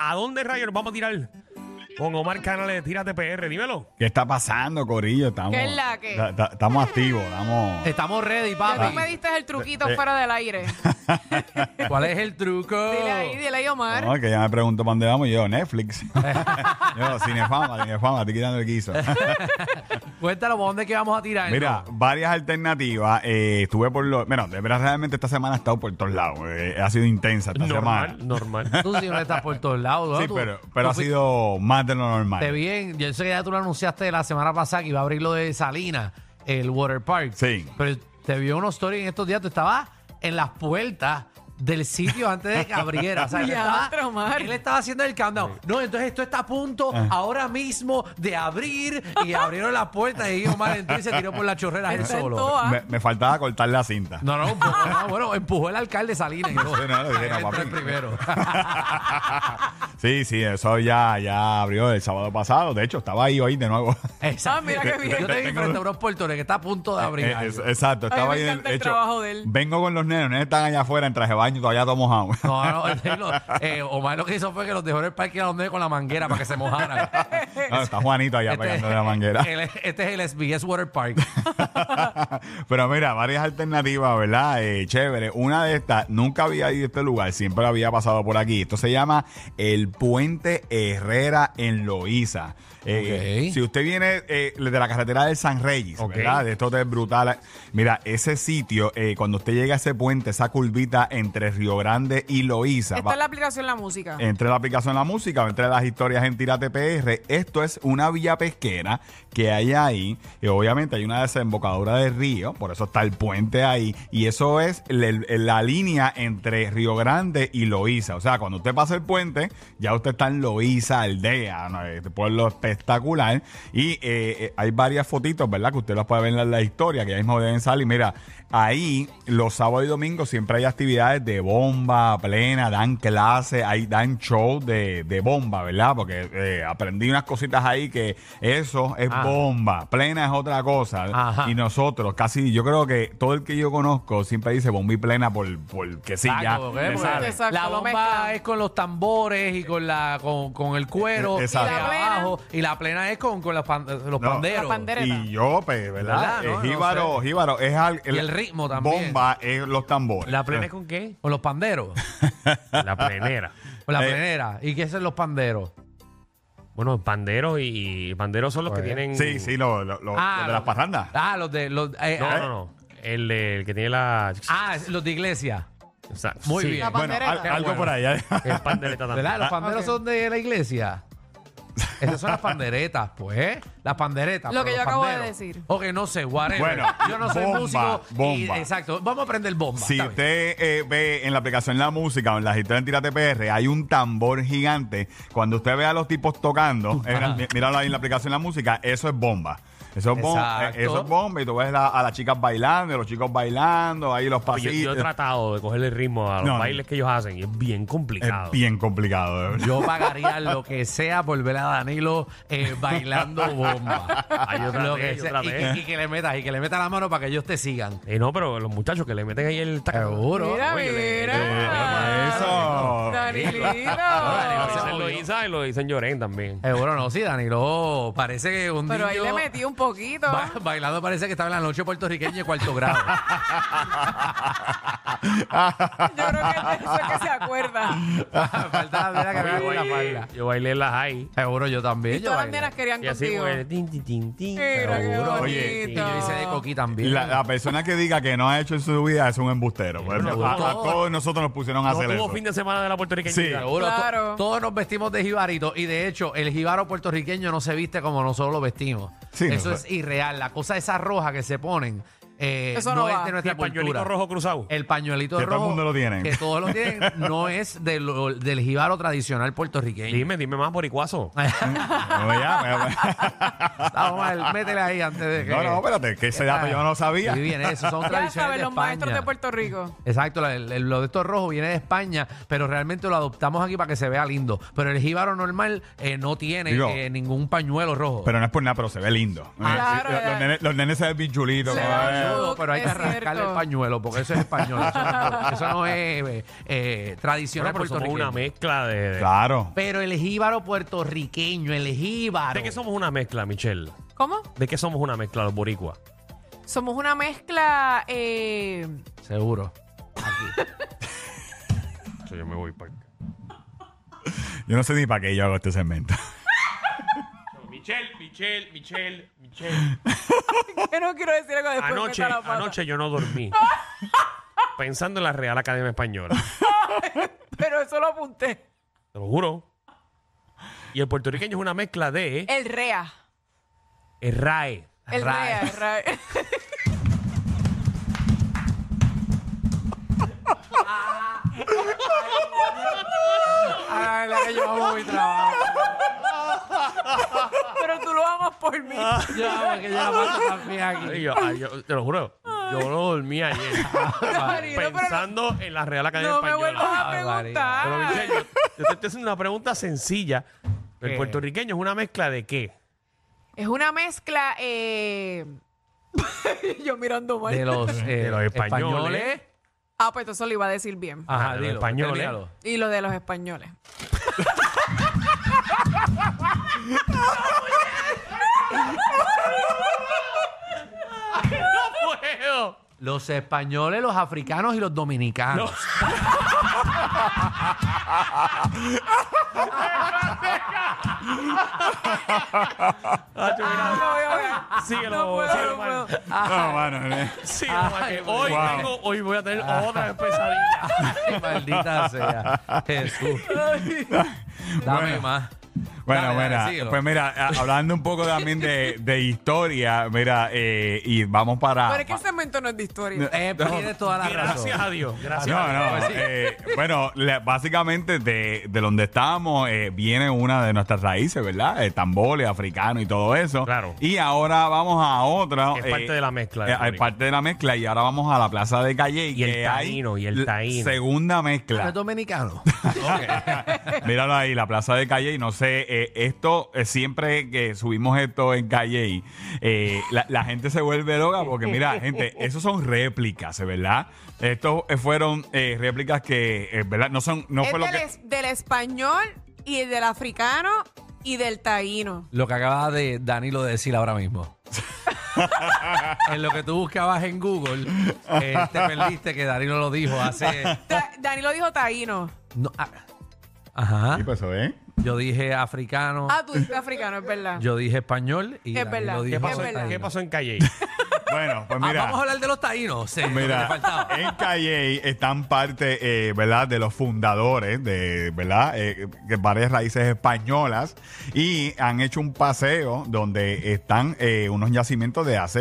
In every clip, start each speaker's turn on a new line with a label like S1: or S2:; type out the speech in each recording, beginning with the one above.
S1: ¿A dónde rayos nos vamos a tirar? Con Omar Canales, tírate PR, dímelo.
S2: ¿Qué está pasando, Corillo? Estamos,
S3: ¿Qué es la que?
S2: ta- ta- estamos activos, estamos.
S4: Estamos ready,
S3: Ya tú
S4: papi.
S3: me diste el
S4: Eh,
S3: truquito fuera del aire.
S4: ¿Cuál es el truco?
S3: Dile ahí, dile ahí, Omar.
S2: No, que ya me pregunto para dónde vamos y yo, Netflix. yo, cinefama, cinefama, estoy quitando el guiso.
S4: Cuéntanos ¿por dónde es que vamos a tirar.
S2: Mira, varias alternativas. eh, estuve por los. Bueno, de verdad, realmente esta semana he estado por todos lados. eh, ha sido intensa esta semana.
S1: Normal, normal.
S4: Tú sí no estás por todos lados. ¿no?
S2: Sí,
S4: Tú-
S2: pero,
S4: tú
S2: pero ha
S4: fuiste
S2: sido más de lo normal.
S4: bien. Yo sé que ya tú lo anunciaste la semana pasada que iba a abrir lo de Salina, el Water Park.
S2: Sí.
S4: Pero te vio unos stories en estos días. Tú estabas en las puertas del sitio antes de que abriera. O sea, él,
S3: Ya, otro
S4: estaba,
S3: Omar.
S4: él estaba haciendo el countdown. No, entonces esto está a punto
S2: Ah.
S4: ahora mismo de abrir. Y abrieron las puertas y Omar entró y se tiró por la chorrera él
S3: Está en
S4: solo.
S3: toa.
S2: Me, me faltaba cortar la cinta.
S4: No, no, un poco, no, bueno, empujó el alcalde Salinas. y todo.
S2: Sí, no, lo dije, no,
S4: Él entró
S2: papi.
S4: el primero.
S2: Sí, sí, eso ya, ya abrió el sábado pasado. De hecho, estaba ahí hoy de nuevo.
S4: Exacto.
S3: Ah, mira qué bien.
S4: Yo te vi frente a unos puertorriqueños que está a punto de abrir.
S2: Eh,
S4: algo.
S2: es- exacto,
S3: mí
S2: estaba
S3: me
S2: ahí en
S3: encanta el trabajo de él.
S2: Vengo con los nenes, los nenes están allá afuera en traje de baño, todavía todo mojado.
S4: No, no, él lo- eh, Omar lo que hizo fue que los dejó en el parque a donde con la manguera para que se mojaran. Este,
S2: No, está Juanito allá pegándole la manguera.
S4: el- este es el SBS Water Park.
S2: Pero mira, varias alternativas, ¿verdad? Eh, chévere. Una de estas, nunca había ido a este lugar, siempre había pasado por aquí. Esto se llama el Puente Herrera en Loíza. Eh,
S4: Ok.
S2: Si usted viene eh, de la carretera del San Reyes,
S4: Ok.
S2: ¿verdad? De estos de brutal. Mira, ese sitio, eh, cuando usted llega a ese puente, esa curvita entre Río Grande y Loíza.
S3: Esta
S2: va-
S3: es la aplicación La Música.
S2: Entre la aplicación La Música, entre las historias en Tirate PR, esto es una villa pesquera que hay ahí. Y obviamente hay una desembocadura de río, por eso está el puente ahí. Y eso es le- la línea entre Río Grande y Loíza. O sea, cuando usted pasa el puente, ya usted está en Loíza, aldea, ¿no? este pueblo espectacular. Y eh, eh, hay varias fotitos, ¿verdad? Que usted las puede ver en la, la historia, que ya mismo deben salir. Mira, ahí los sábados y domingos siempre hay actividades de bomba plena, dan clases, ahí dan show de, de bomba, ¿verdad? Porque eh, aprendí unas cositas ahí que eso es
S4: Ajá.
S2: bomba, plena es otra cosa.
S4: Ah. Ajá.
S2: Y nosotros, casi, yo creo que todo el que yo conozco siempre dice bomba y plena por, porque sí, ya.
S4: Exacto, ¿qué?
S2: le
S4: Porque
S2: sabe.
S3: Exacto,
S4: la
S3: lo
S4: bomba
S3: mezclan.
S4: es con los tambores y con la con, con el cuero
S2: Eh,
S4: y,
S2: exacto.
S3: ¿Y la plena?
S4: abajo. Y la plena es con, con las pan-
S2: No.
S4: los panderos.
S3: La pandera. Cereta.
S2: Y yo, pues, ¿verdad?
S4: ¿Verdad? No,
S2: Eh,
S4: no
S2: jíbaro,
S4: sé.
S2: jíbaro, es al-
S4: Y el ritmo también.
S2: Bomba es los tambores.
S1: ¿La plena es con qué?
S4: Con los panderos.
S1: La plenera.
S4: Con la
S2: Eh. Oh,
S4: plenera. ¿Y qué son los panderos?
S1: Bueno, panderos y, y panderos son los que
S4: Pues,
S1: tienen.
S2: Sí, sí, lo, lo- lo- lo de
S4: los-
S2: las parrandas.
S4: Ah, los de. Los, eh,
S1: No,
S4: ah,
S1: no, no. El, de- el que tiene la.
S4: Ah, es- los de iglesia.
S1: O sea,
S4: muy
S1: sí,
S4: bien.
S3: La
S2: Bueno,
S3: pandereta.
S2: al- algo
S1: bueno.
S2: por ¿eh? allá.
S1: Es pandereta también.
S4: ¿Verdad? Los panderos
S3: Ok.
S4: son de la iglesia. Esas son las panderetas, pues. Las panderetas.
S3: Lo
S4: pero
S3: que yo
S4: los
S3: acabo de
S4: panderos.
S3: decir.
S4: Ok, no sé, whatever.
S2: Bueno,
S4: yo no soy
S2: bomba,
S4: músico. y-
S2: bomba.
S4: exacto. Vamos a aprender bomba.
S2: Si
S4: está bien.
S2: usted eh, ve en la aplicación La Música o en las historias en Tírate PR, hay un tambor gigante. Cuando usted ve a los tipos tocando, eh, mira- míralo ahí en la aplicación La Música, eso es bomba. Eso es bomba. eh,
S4: Exacto.
S2: Eso es bomba. Y tú ves la- a las chicas bailando, a los chicos bailando, ahí los
S1: Yo,
S2: pasitos.
S1: yo he tratado de cogerle el ritmo a los
S2: No, no.
S1: bailes que ellos hacen y es bien
S2: es
S1: complicado.
S2: bien complicado, de verdad.
S4: Yo pagaría lo que sea por ver a Danilo eh, bailando bomba.
S1: Ay, yo traté,
S4: Lo que
S1: yo
S4: sea. Y,
S1: traté.
S4: que- y que le metas, y que le metas la mano para que ellos te sigan.
S1: Eh, no, pero los muchachos que le meten ahí el tac-
S4: Seguro.
S3: Mira,
S4: Oye, le-
S3: mira.
S2: Eh, eso.
S3: Danilito.
S1: Ah,
S4: Eh,
S1: Lo dicen Loiza y lo dicen Llorén también.
S4: Seguro no, sí, Danilo. Parece que un
S3: Pero ahí
S4: niño-
S3: le metí un poquito.
S4: Ba- bailando parece que estaba en la noche puertorriqueña de cuarto grado.
S3: Yo creo que de eso es que se acuerda.
S4: Faltaba la que me haga
S5: Yo
S4: con la
S5: bailé,
S4: falda.
S5: yo bailé en la high.
S4: Seguro yo también.
S3: Y
S4: yo
S3: todas las
S4: bailé.
S3: nenas querían
S5: Y así
S3: contigo.
S1: pues,
S5: fue. tin, tin, tin, tin.
S3: Mira, qué
S4: Seguro,
S3: bonito.
S2: oye,
S4: Y yo hice de coquí también.
S2: La, la persona que diga que no ha hecho en su vida es un embustero. Pues,
S5: no,
S2: a,
S5: no.
S2: a todos nosotros nos pusieron a
S5: No
S2: hacer
S5: tuvo
S2: eso.
S5: fin de semana de la puertorriqueña.
S4: Seguro, to-
S3: Claro.
S4: todos nos vestimos de jibarito y de hecho el jibaro puertorriqueño no se viste como nosotros lo vestimos.
S2: Sí,
S4: Eso
S2: no
S4: es irreal. La cosa esa roja que se ponen eh,
S3: Eso
S4: no,
S3: no
S4: es
S3: va.
S4: de
S1: Y
S4: nuestra
S1: el pañuelito
S4: cultura.
S1: rojo cruzado.
S4: El pañuelito
S2: Que todo el
S4: rojo
S2: mundo lo tiene.
S4: que todos lo tienen no es de lo- del jibaro tradicional puertorriqueño.
S1: Dime, dime más, boricuazo.
S2: No, ya,
S4: Estamos mal, métele ahí antes de que.
S2: no, no, espérate, que ese
S3: Ah,
S2: dato yo no lo sabía.
S4: Sí, viene eso, son
S3: Ya
S4: tradiciones
S3: saben,
S4: de
S3: los maestros
S4: España.
S3: de Puerto Rico.
S4: Exacto, la- el- el- lo de estos rojos viene de España, pero realmente lo adoptamos aquí para que se vea lindo. Pero el jíbaro normal eh, no tiene
S2: Digo,
S4: eh, ningún pañuelo rojo.
S2: Pero no es por nada, pero se ve lindo. Sí,
S3: Ah,
S2: los,
S3: claro.
S2: los nenes, los nenes se ven bien chulitos.
S3: Se
S2: ¿no?
S3: ven chulos.
S4: Pero- pero hay que
S3: Es
S4: rascarle
S3: cierto.
S4: el pañuelo, porque eso es español. Eso no, eso no es eh, eh,
S1: Bueno,
S4: tradicional
S1: pero somos una
S4: puertorriqueño.
S1: mezcla de... de-
S2: Claro.
S4: Pero el jíbaro puertorriqueño, el jíbaro.
S1: ¿De qué somos una mezcla, Michelle?
S3: ¿Cómo?
S1: ¿De qué somos una mezcla los boricuas?
S3: Somos una mezcla. Eh,
S4: Seguro.
S1: Eso Yo me voy para...
S2: Yo no sé ni para qué yo hago este segmento.
S1: Michelle, Michelle, Michelle, Michelle.
S3: que no quiero decir algo después.
S1: Anoche,
S3: meta la pata.
S1: anoche yo no dormí. pensando en la Real Academia Española.
S3: Pero eso lo apunté.
S1: Te lo juro. Y el puertorriqueño es una mezcla de... eh,
S3: El REA.
S1: El RAE.
S3: El
S4: Ra-
S3: REA. el REA.
S4: Ay, Ah, la que llevamos muy trabajo.
S3: Pero tú lo amas por mí.
S4: Llevamos que llevamos también
S1: Ay,
S4: aquí.
S1: yo- ay, yo- te lo juro. Yo no dormí ayer.
S3: Danilo, pero no-
S1: pensando en la Real Academia
S3: No me
S1: Española.
S3: vuelvas a
S4: Barbaridad.
S1: Pero
S3: preguntar.
S1: Michelle, yo, yo te estoy haciendo una pregunta sencilla. El
S4: ¿Qué?
S1: puertorriqueño es una mezcla de qué?
S3: Es una mezcla. eh, Yo mirando mal.
S4: De los, eh,
S1: De los españoles.
S4: españoles.
S3: Ah, pues eso lo iba a decir bien.
S1: Ah,
S4: Ajá,
S1: de los
S4: dilo,
S1: españoles.
S4: termínalo.
S3: Y lo de los españoles.
S1: ¡No puedo!
S4: Los españoles, los africanos y los dominicanos.
S1: Ah, tú mira,
S3: No, yo-
S1: síguelo,
S3: no puedo,
S1: síguelo,
S3: no
S1: mano.
S3: puedo.
S2: No, mano. eh.
S1: Síguelo, mano, que hoy,
S2: Wow.
S1: tengo- hoy voy a tener otra pesadilla.
S4: Ay, Maldita sea. Jesús. Dame
S2: Bueno.
S4: más.
S2: Bueno,
S4: Dale, dale,
S2: bueno,
S4: síguelo.
S2: pues mira, a- hablando un poco también de, de historia, mira, eh, y vamos para...
S3: Pero es que ese momento no es de historia.
S4: Eh, tienes toda la razón.
S1: Gracias a Dios. Gracias Pues a
S2: No,
S1: Dios.
S2: no. eh, bueno, la- básicamente de, de donde estábamos eh, viene una de nuestras raíces, ¿verdad? Eh, tambores, africano y todo eso.
S1: Claro.
S2: Y ahora vamos a otra.
S1: Es parte de la mezcla,
S2: eh,
S1: Rico.
S2: es parte de la mezcla y ahora vamos a la plaza de Calle.
S1: Y el
S2: que hay
S1: taíno, y el
S2: la
S1: taíno.
S2: Segunda
S4: ¿No
S2: mezcla.
S4: es dominicano?
S2: Míralo ahí, la plaza de Calle. No sé, eh, esto, eh, siempre que subimos esto en Calle, eh, la, la gente se vuelve loca porque, mira, gente, esos son réplicas, ¿verdad? Estos eh, fueron eh, réplicas que, eh, ¿verdad? No son, no
S3: es
S2: fue lo
S3: del,
S2: que.
S3: es- del español y del africano y del taíno.
S4: Lo que acaba de Danilo de decir ahora mismo. en lo que tú buscabas en Google, eh, te perdiste que Danilo lo dijo hace.
S3: Da- Danilo dijo taíno.
S4: no, ah, ajá.
S2: Sí, pues, ¿eh?
S4: Yo dije africano,
S3: Ah, tú dijiste africano, es verdad.
S4: yo dije español y
S3: Es
S4: Danilo
S3: verdad,
S4: dijo
S1: ¿Qué pasó,
S3: Es
S4: taíno.
S3: verdad.
S1: ¿Qué pasó en Calle?
S2: Bueno, pues
S4: Ah,
S2: mira.
S4: vamos a hablar de los taínos. Sí, lo que te
S2: Mira,
S4: faltaba.
S2: en Calle están parte, eh, ¿verdad?, de los fundadores de, ¿verdad?, Eh, de varias raíces españolas y han hecho un paseo donde están eh, unos yacimientos de hace,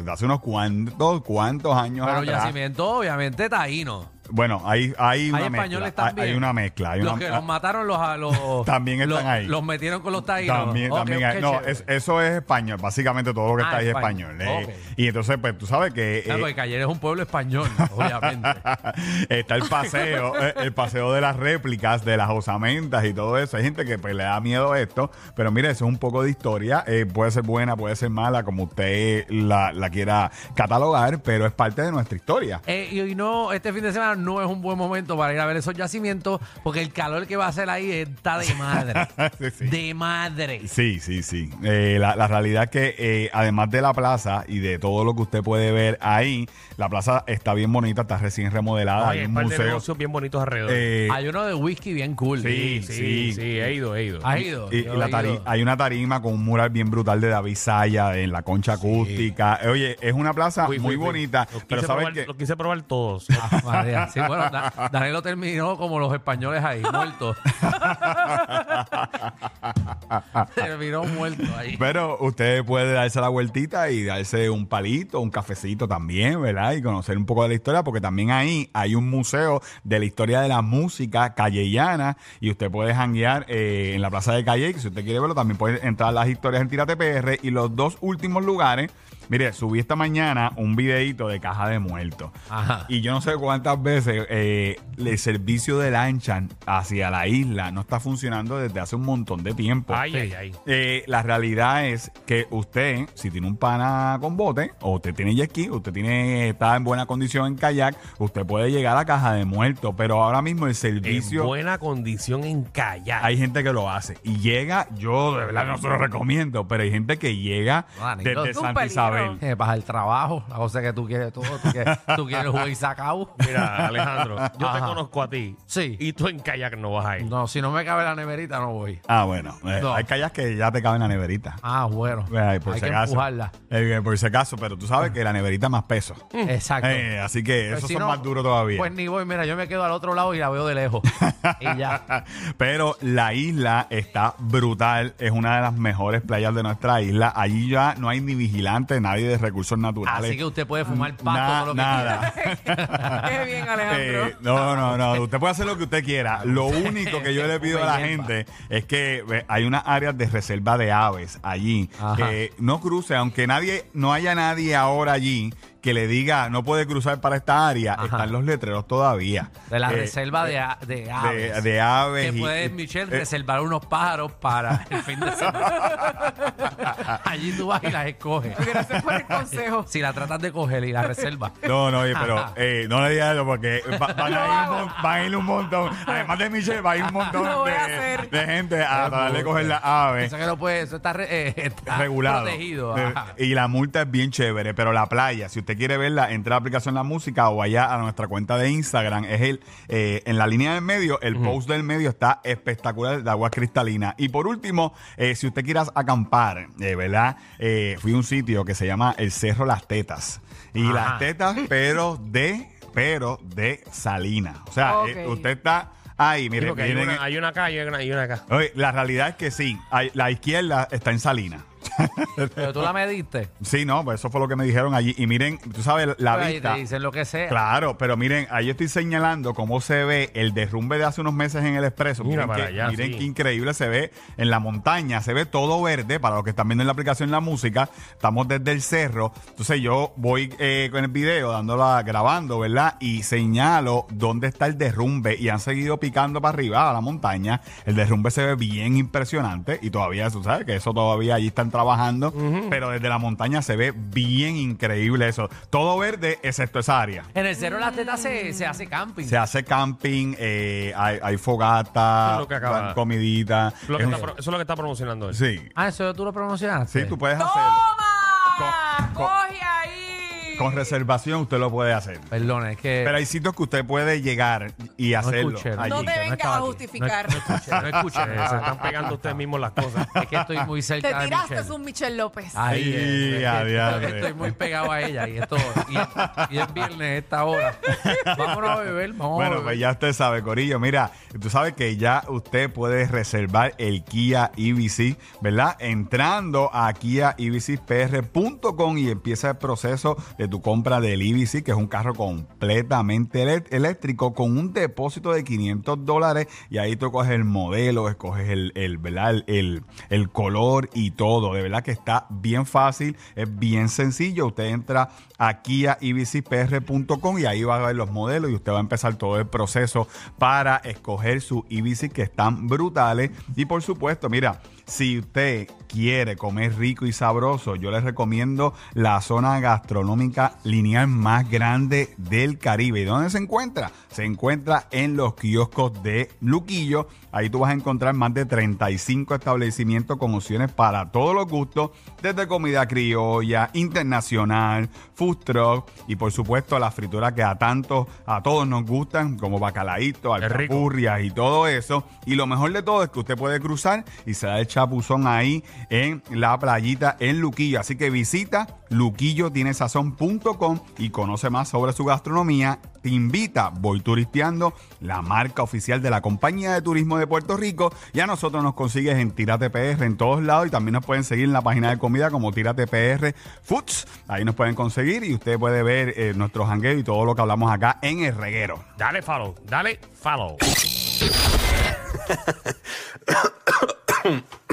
S2: de hace unos cuantos, cuantos años
S4: Pero
S2: atrás.
S4: yacimiento, obviamente, taíno.
S2: Bueno, hay, hay una
S4: Hay españoles
S2: mezcla. Hay,
S4: también.
S2: hay una mezcla. Hay
S4: los
S2: una-
S4: que los mataron los, a los
S2: También están
S4: los,
S2: ahí.
S4: Los metieron con los taínos.
S2: También,
S4: Ok,
S2: también
S4: ok,
S2: hay- no,
S4: chévere.
S2: es- eso es español, básicamente todo lo que
S4: Ah,
S2: está ahí es
S4: español.
S2: español. eh.
S4: Ok.
S2: Y entonces, pues tú sabes que...
S4: Claro,
S2: eh,
S4: porque Cayer Ah, es un pueblo español, obviamente.
S2: Está el paseo, eh, el paseo de las réplicas, de las osamentas y todo eso. Hay gente que pues, le da miedo a esto, pero mire, eso es un poco de historia. eh, puede ser buena, puede ser mala, como usted la, la quiera catalogar, pero es parte de nuestra historia.
S4: Eh, y hoy no, este fin de semana no es un buen momento para ir a ver esos yacimientos porque el calor que va a hacer ahí está de madre.
S2: Sí, sí.
S4: De madre.
S2: Sí, sí, sí. Eh, la, la realidad es que eh, además de la plaza y de todo lo que usted puede ver ahí, la plaza está bien bonita, está recién remodelada,
S5: Oye,
S2: hay
S5: hay
S2: un
S5: un par de
S2: museo.
S5: negocios bien bonitos alrededor.
S2: Eh,
S4: Hay uno de whisky bien cool.
S2: Sí,
S5: sí,
S2: sí.
S5: sí, he ido, he ido.
S4: ¿Has ido?
S2: y- y
S4: Yo
S2: la
S4: he
S2: tari-
S4: ido.
S2: hay una tarima con un mural bien brutal de David Saya en la concha acústica. Oye, es una plaza
S5: Fui, fui,
S2: Ah, muy
S5: fui.
S2: bonita,
S5: Los quise
S2: pero sabes
S5: probar-
S2: que
S5: Los quise probar todos.
S4: Ah, María. Sí, bueno, Da- Daniel lo terminó como los españoles ahí, muertos. terminó muerto ahí.
S2: Pero usted puede darse la vueltita y darse un palito, un cafecito también, ¿verdad? Y conocer un poco de la historia, porque también ahí hay un museo de la historia de la música callellana y usted puede janguear eh, en la plaza de Calle. que si usted quiere verlo, también puede entrar a las historias en Tírate PR. Y los dos últimos lugares, mire, subí esta mañana un videito de Caja de Muertos.
S4: Ajá.
S2: Y yo no sé cuántas veces eh, el servicio de lancha hacia la isla no está funcionando desde hace un montón de tiempo.
S5: Ay, ay, ay.
S2: Eh, la realidad es que usted, si tiene un pana con bote, o usted tiene jet ski, usted tiene, está en buena condición en kayak, usted puede llegar a caja de muertos, pero ahora mismo el
S5: En
S2: servicio,
S5: buena condición en callar.
S2: hay gente que lo hace. Y llega, yo de verdad no se lo recomiendo, pero hay gente que llega
S4: Ah, ni
S2: desde
S4: loco.
S3: Un
S2: Santa
S3: peligro.
S2: Isabel.
S4: Eh, para el trabajo, la cosa que tú quieres todo, tú quieres, tú quieres jugar y sacao.
S5: Mira, Alejandro, yo
S4: Ajá.
S5: te conozco a ti.
S4: Sí.
S5: Y tú en kayak no vas a ir.
S4: No, si no me cabe la neverita, no voy.
S2: Ah, bueno, eh,
S4: No.
S2: hay kayak que ya te caben en la neverita.
S4: Ah, bueno.
S2: Ay, por
S4: Hay
S2: si
S4: que
S2: acaso.
S4: empujarla.
S2: Eh, por si acaso, pero tú sabes que la neverita más peso.
S4: Exacto.
S2: Eh, así que
S4: Pues
S2: esos
S4: si
S2: son
S4: no,
S2: más duros todavía.
S4: Pues ni voy, mira, yo me quedo al otro lado y la veo de lejos. y ya.
S2: Pero la isla está brutal, es una de las mejores playas de nuestra isla. Allí ya no hay ni vigilante, nadie de recursos naturales.
S4: Así que usted puede fumar pasto
S2: Na-
S4: todo lo que quiera.
S2: nada.
S3: Qué bien, Alejandro.
S2: Eh, no, no, no. Usted puede hacer lo que usted quiera. Lo único que yo le pido a la
S4: Fume hierba.
S2: gente es que eh, hay unas áreas de reserva de aves allí.
S4: Ajá.
S2: Que no cruce, aunque nadie, no haya nadie ahora allí que le diga no puede cruzar para esta área.
S4: Ajá.
S2: Están los letreros todavía.
S4: De la
S2: Eh,
S4: reserva de, a- de aves.
S2: de aves
S4: Que
S2: y-
S4: puede
S2: y-
S4: Michelle
S2: eh,
S4: reservar unos pájaros para el fin de semana. Allí tú vas y las escoges.
S3: Gracias por el consejo.
S4: Si la tratas de coger y la reservas.
S2: No, no, oye, pero eh, no le digas eso porque va- van, a ir un, mon- van a ir un montón. Además de Michelle, va a ir un montón
S3: Lo voy a
S2: de,
S3: hacer.
S2: de gente a tratar de Ah, coger la ave
S4: Eso que no puede, eso está, re- eh, está
S5: Ah,
S2: regulado.
S4: protegido.
S2: Eh,
S4: ajá.
S2: Y la multa es bien chévere, pero la playa, si usted quiere verla, entra a la aplicación La Música o allá a nuestra cuenta de Instagram. Es el eh, en la línea del medio, el post del medio está espectacular de agua cristalina. Y por último, eh, si usted quiere acampar, eh, ¿verdad? Eh, fui a un sitio que se llama el Cerro Las Tetas. Y
S4: Ajá.
S2: las tetas, pero de, pero de salina. O sea, eh,
S3: Ok.
S2: usted está ahí,
S5: Sí,
S2: mire,
S5: porque hay
S2: miren-
S5: una, hay una acá y hay una, y una acá.
S2: Oye, la realidad es que sí, hay- la izquierda está en salina.
S4: Pero tú la mediste.
S2: Sí, no, pues eso fue lo que me dijeron allí. Y miren, tú sabes, la
S4: Pues ahí
S2: vista.
S4: te dicen lo que sea.
S2: Claro, pero miren, ahí yo estoy señalando cómo se ve el derrumbe de hace unos meses en el expreso.
S5: Mira
S2: miren
S5: para
S2: qué,
S5: allá,
S2: miren
S5: sí.
S2: qué increíble se ve en la montaña. Se ve todo verde. Para los que están viendo en la aplicación la música, estamos desde el cerro. Entonces yo voy eh, con el video, dándola, grabando, ¿verdad? Y señalo dónde está el derrumbe. Y han seguido picando para arriba a la montaña. El derrumbe se ve bien impresionante. Y todavía, tú sabes que eso todavía allí están trabajando. Pero desde la montaña se ve bien increíble eso. Todo verde, excepto esa área.
S4: En el cerro de las tetas se, se hace camping.
S2: Se hace camping, eh, hay, hay fogata,
S5: Lo que acaba-
S2: dan comidita.
S5: Lo que
S2: Es-
S5: está pro- eso es lo que está promocionando él.
S2: sí,
S4: Ah, eso tú lo promocionaste.
S2: sí, tú puedes hacer.
S3: ¡Toma!
S2: Con- con-
S3: ¡Coge ahí!
S2: Con reservación usted lo puede hacer.
S5: Eh.
S4: Perdón, es que
S2: Pero hay sitios que usted puede llegar y hacerlo.
S4: escuché, no.
S2: allí.
S3: No te
S4: no
S3: vengas
S4: estaba
S3: a
S4: aquí.
S3: justificar.
S4: no escuché.
S5: Eh, se están pegando ustedes mismos las cosas.
S4: Es que estoy muy cerca
S3: Te
S4: de
S3: tiraste
S4: Michelle.
S3: un Michel López.
S4: Ahí
S2: Sí,
S4: es, es que
S2: a diablo.
S4: eh, estoy muy pegado a ella y esto y, y es viernes a esta hora. Vámonos a beber, vamos a
S2: Bueno,
S4: beber.
S2: pues ya usted sabe, Corillo. Mira, tú sabes que ya usted puede reservar el Kia EBC, ¿verdad? Entrando a E kiaebcpr.com y empieza el proceso de tu compra del EBC, que es un carro completamente elé- eléctrico con un depósito de 500 dólares y ahí tú coges el modelo, escoges el, el, ¿verdad? El, el- el color y todo. De verdad que está bien fácil, es bien sencillo. Usted entra a kiaebcpr.com y ahí va a ver los modelos y usted va a empezar todo el proceso para escoger su EBC que están brutales. Y por supuesto, mira, Si usted quiere comer rico y sabroso, yo les recomiendo la zona gastronómica lineal más grande del Caribe. ¿Y dónde se encuentra? Se encuentra en los kioscos de Luquillo. Ahí tú vas a encontrar más de 35 establecimientos con opciones para todos los gustos, desde comida criolla, internacional, food truck y por supuesto las frituras que a tantos, a todos nos gustan, como bacalaíto,
S5: Es rico.
S2: alcapurrias y todo eso. Y lo mejor de todo es que usted puede cruzar y se da el chapuzón ahí en la playita en Luquillo. Así que visita luquillotienesazón.com y conoce más sobre su gastronomía. Te invita Voy Turisteando, la marca oficial de la Compañía de Turismo de Puerto Rico. Y a nosotros nos consigues en Tírate PR en todos lados y también nos pueden seguir en la página de comida como Tírate PR Foods. Ahí nos pueden conseguir y usted puede ver eh, nuestro jangueo y todo lo que hablamos acá en el reguero.
S5: Dale follow, dale follow.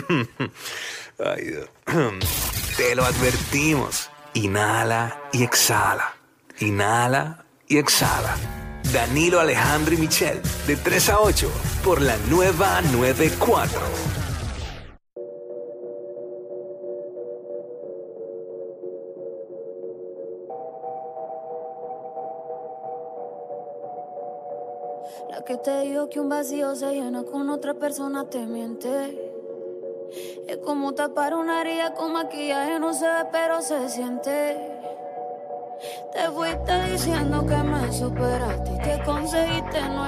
S6: Ay, Dios. Te lo advertimos. Inhala y exhala. Inhala y exhala. Danilo Alejandro y Michel, de 3 a 8, por la nueva 94.
S7: La que te dijo que un vacío se llena con otra persona te miente. Es como tapar una herida con maquillaje, no se ve, pero se siente. Te fuiste diciendo que me superaste y que conseguiste nuevo.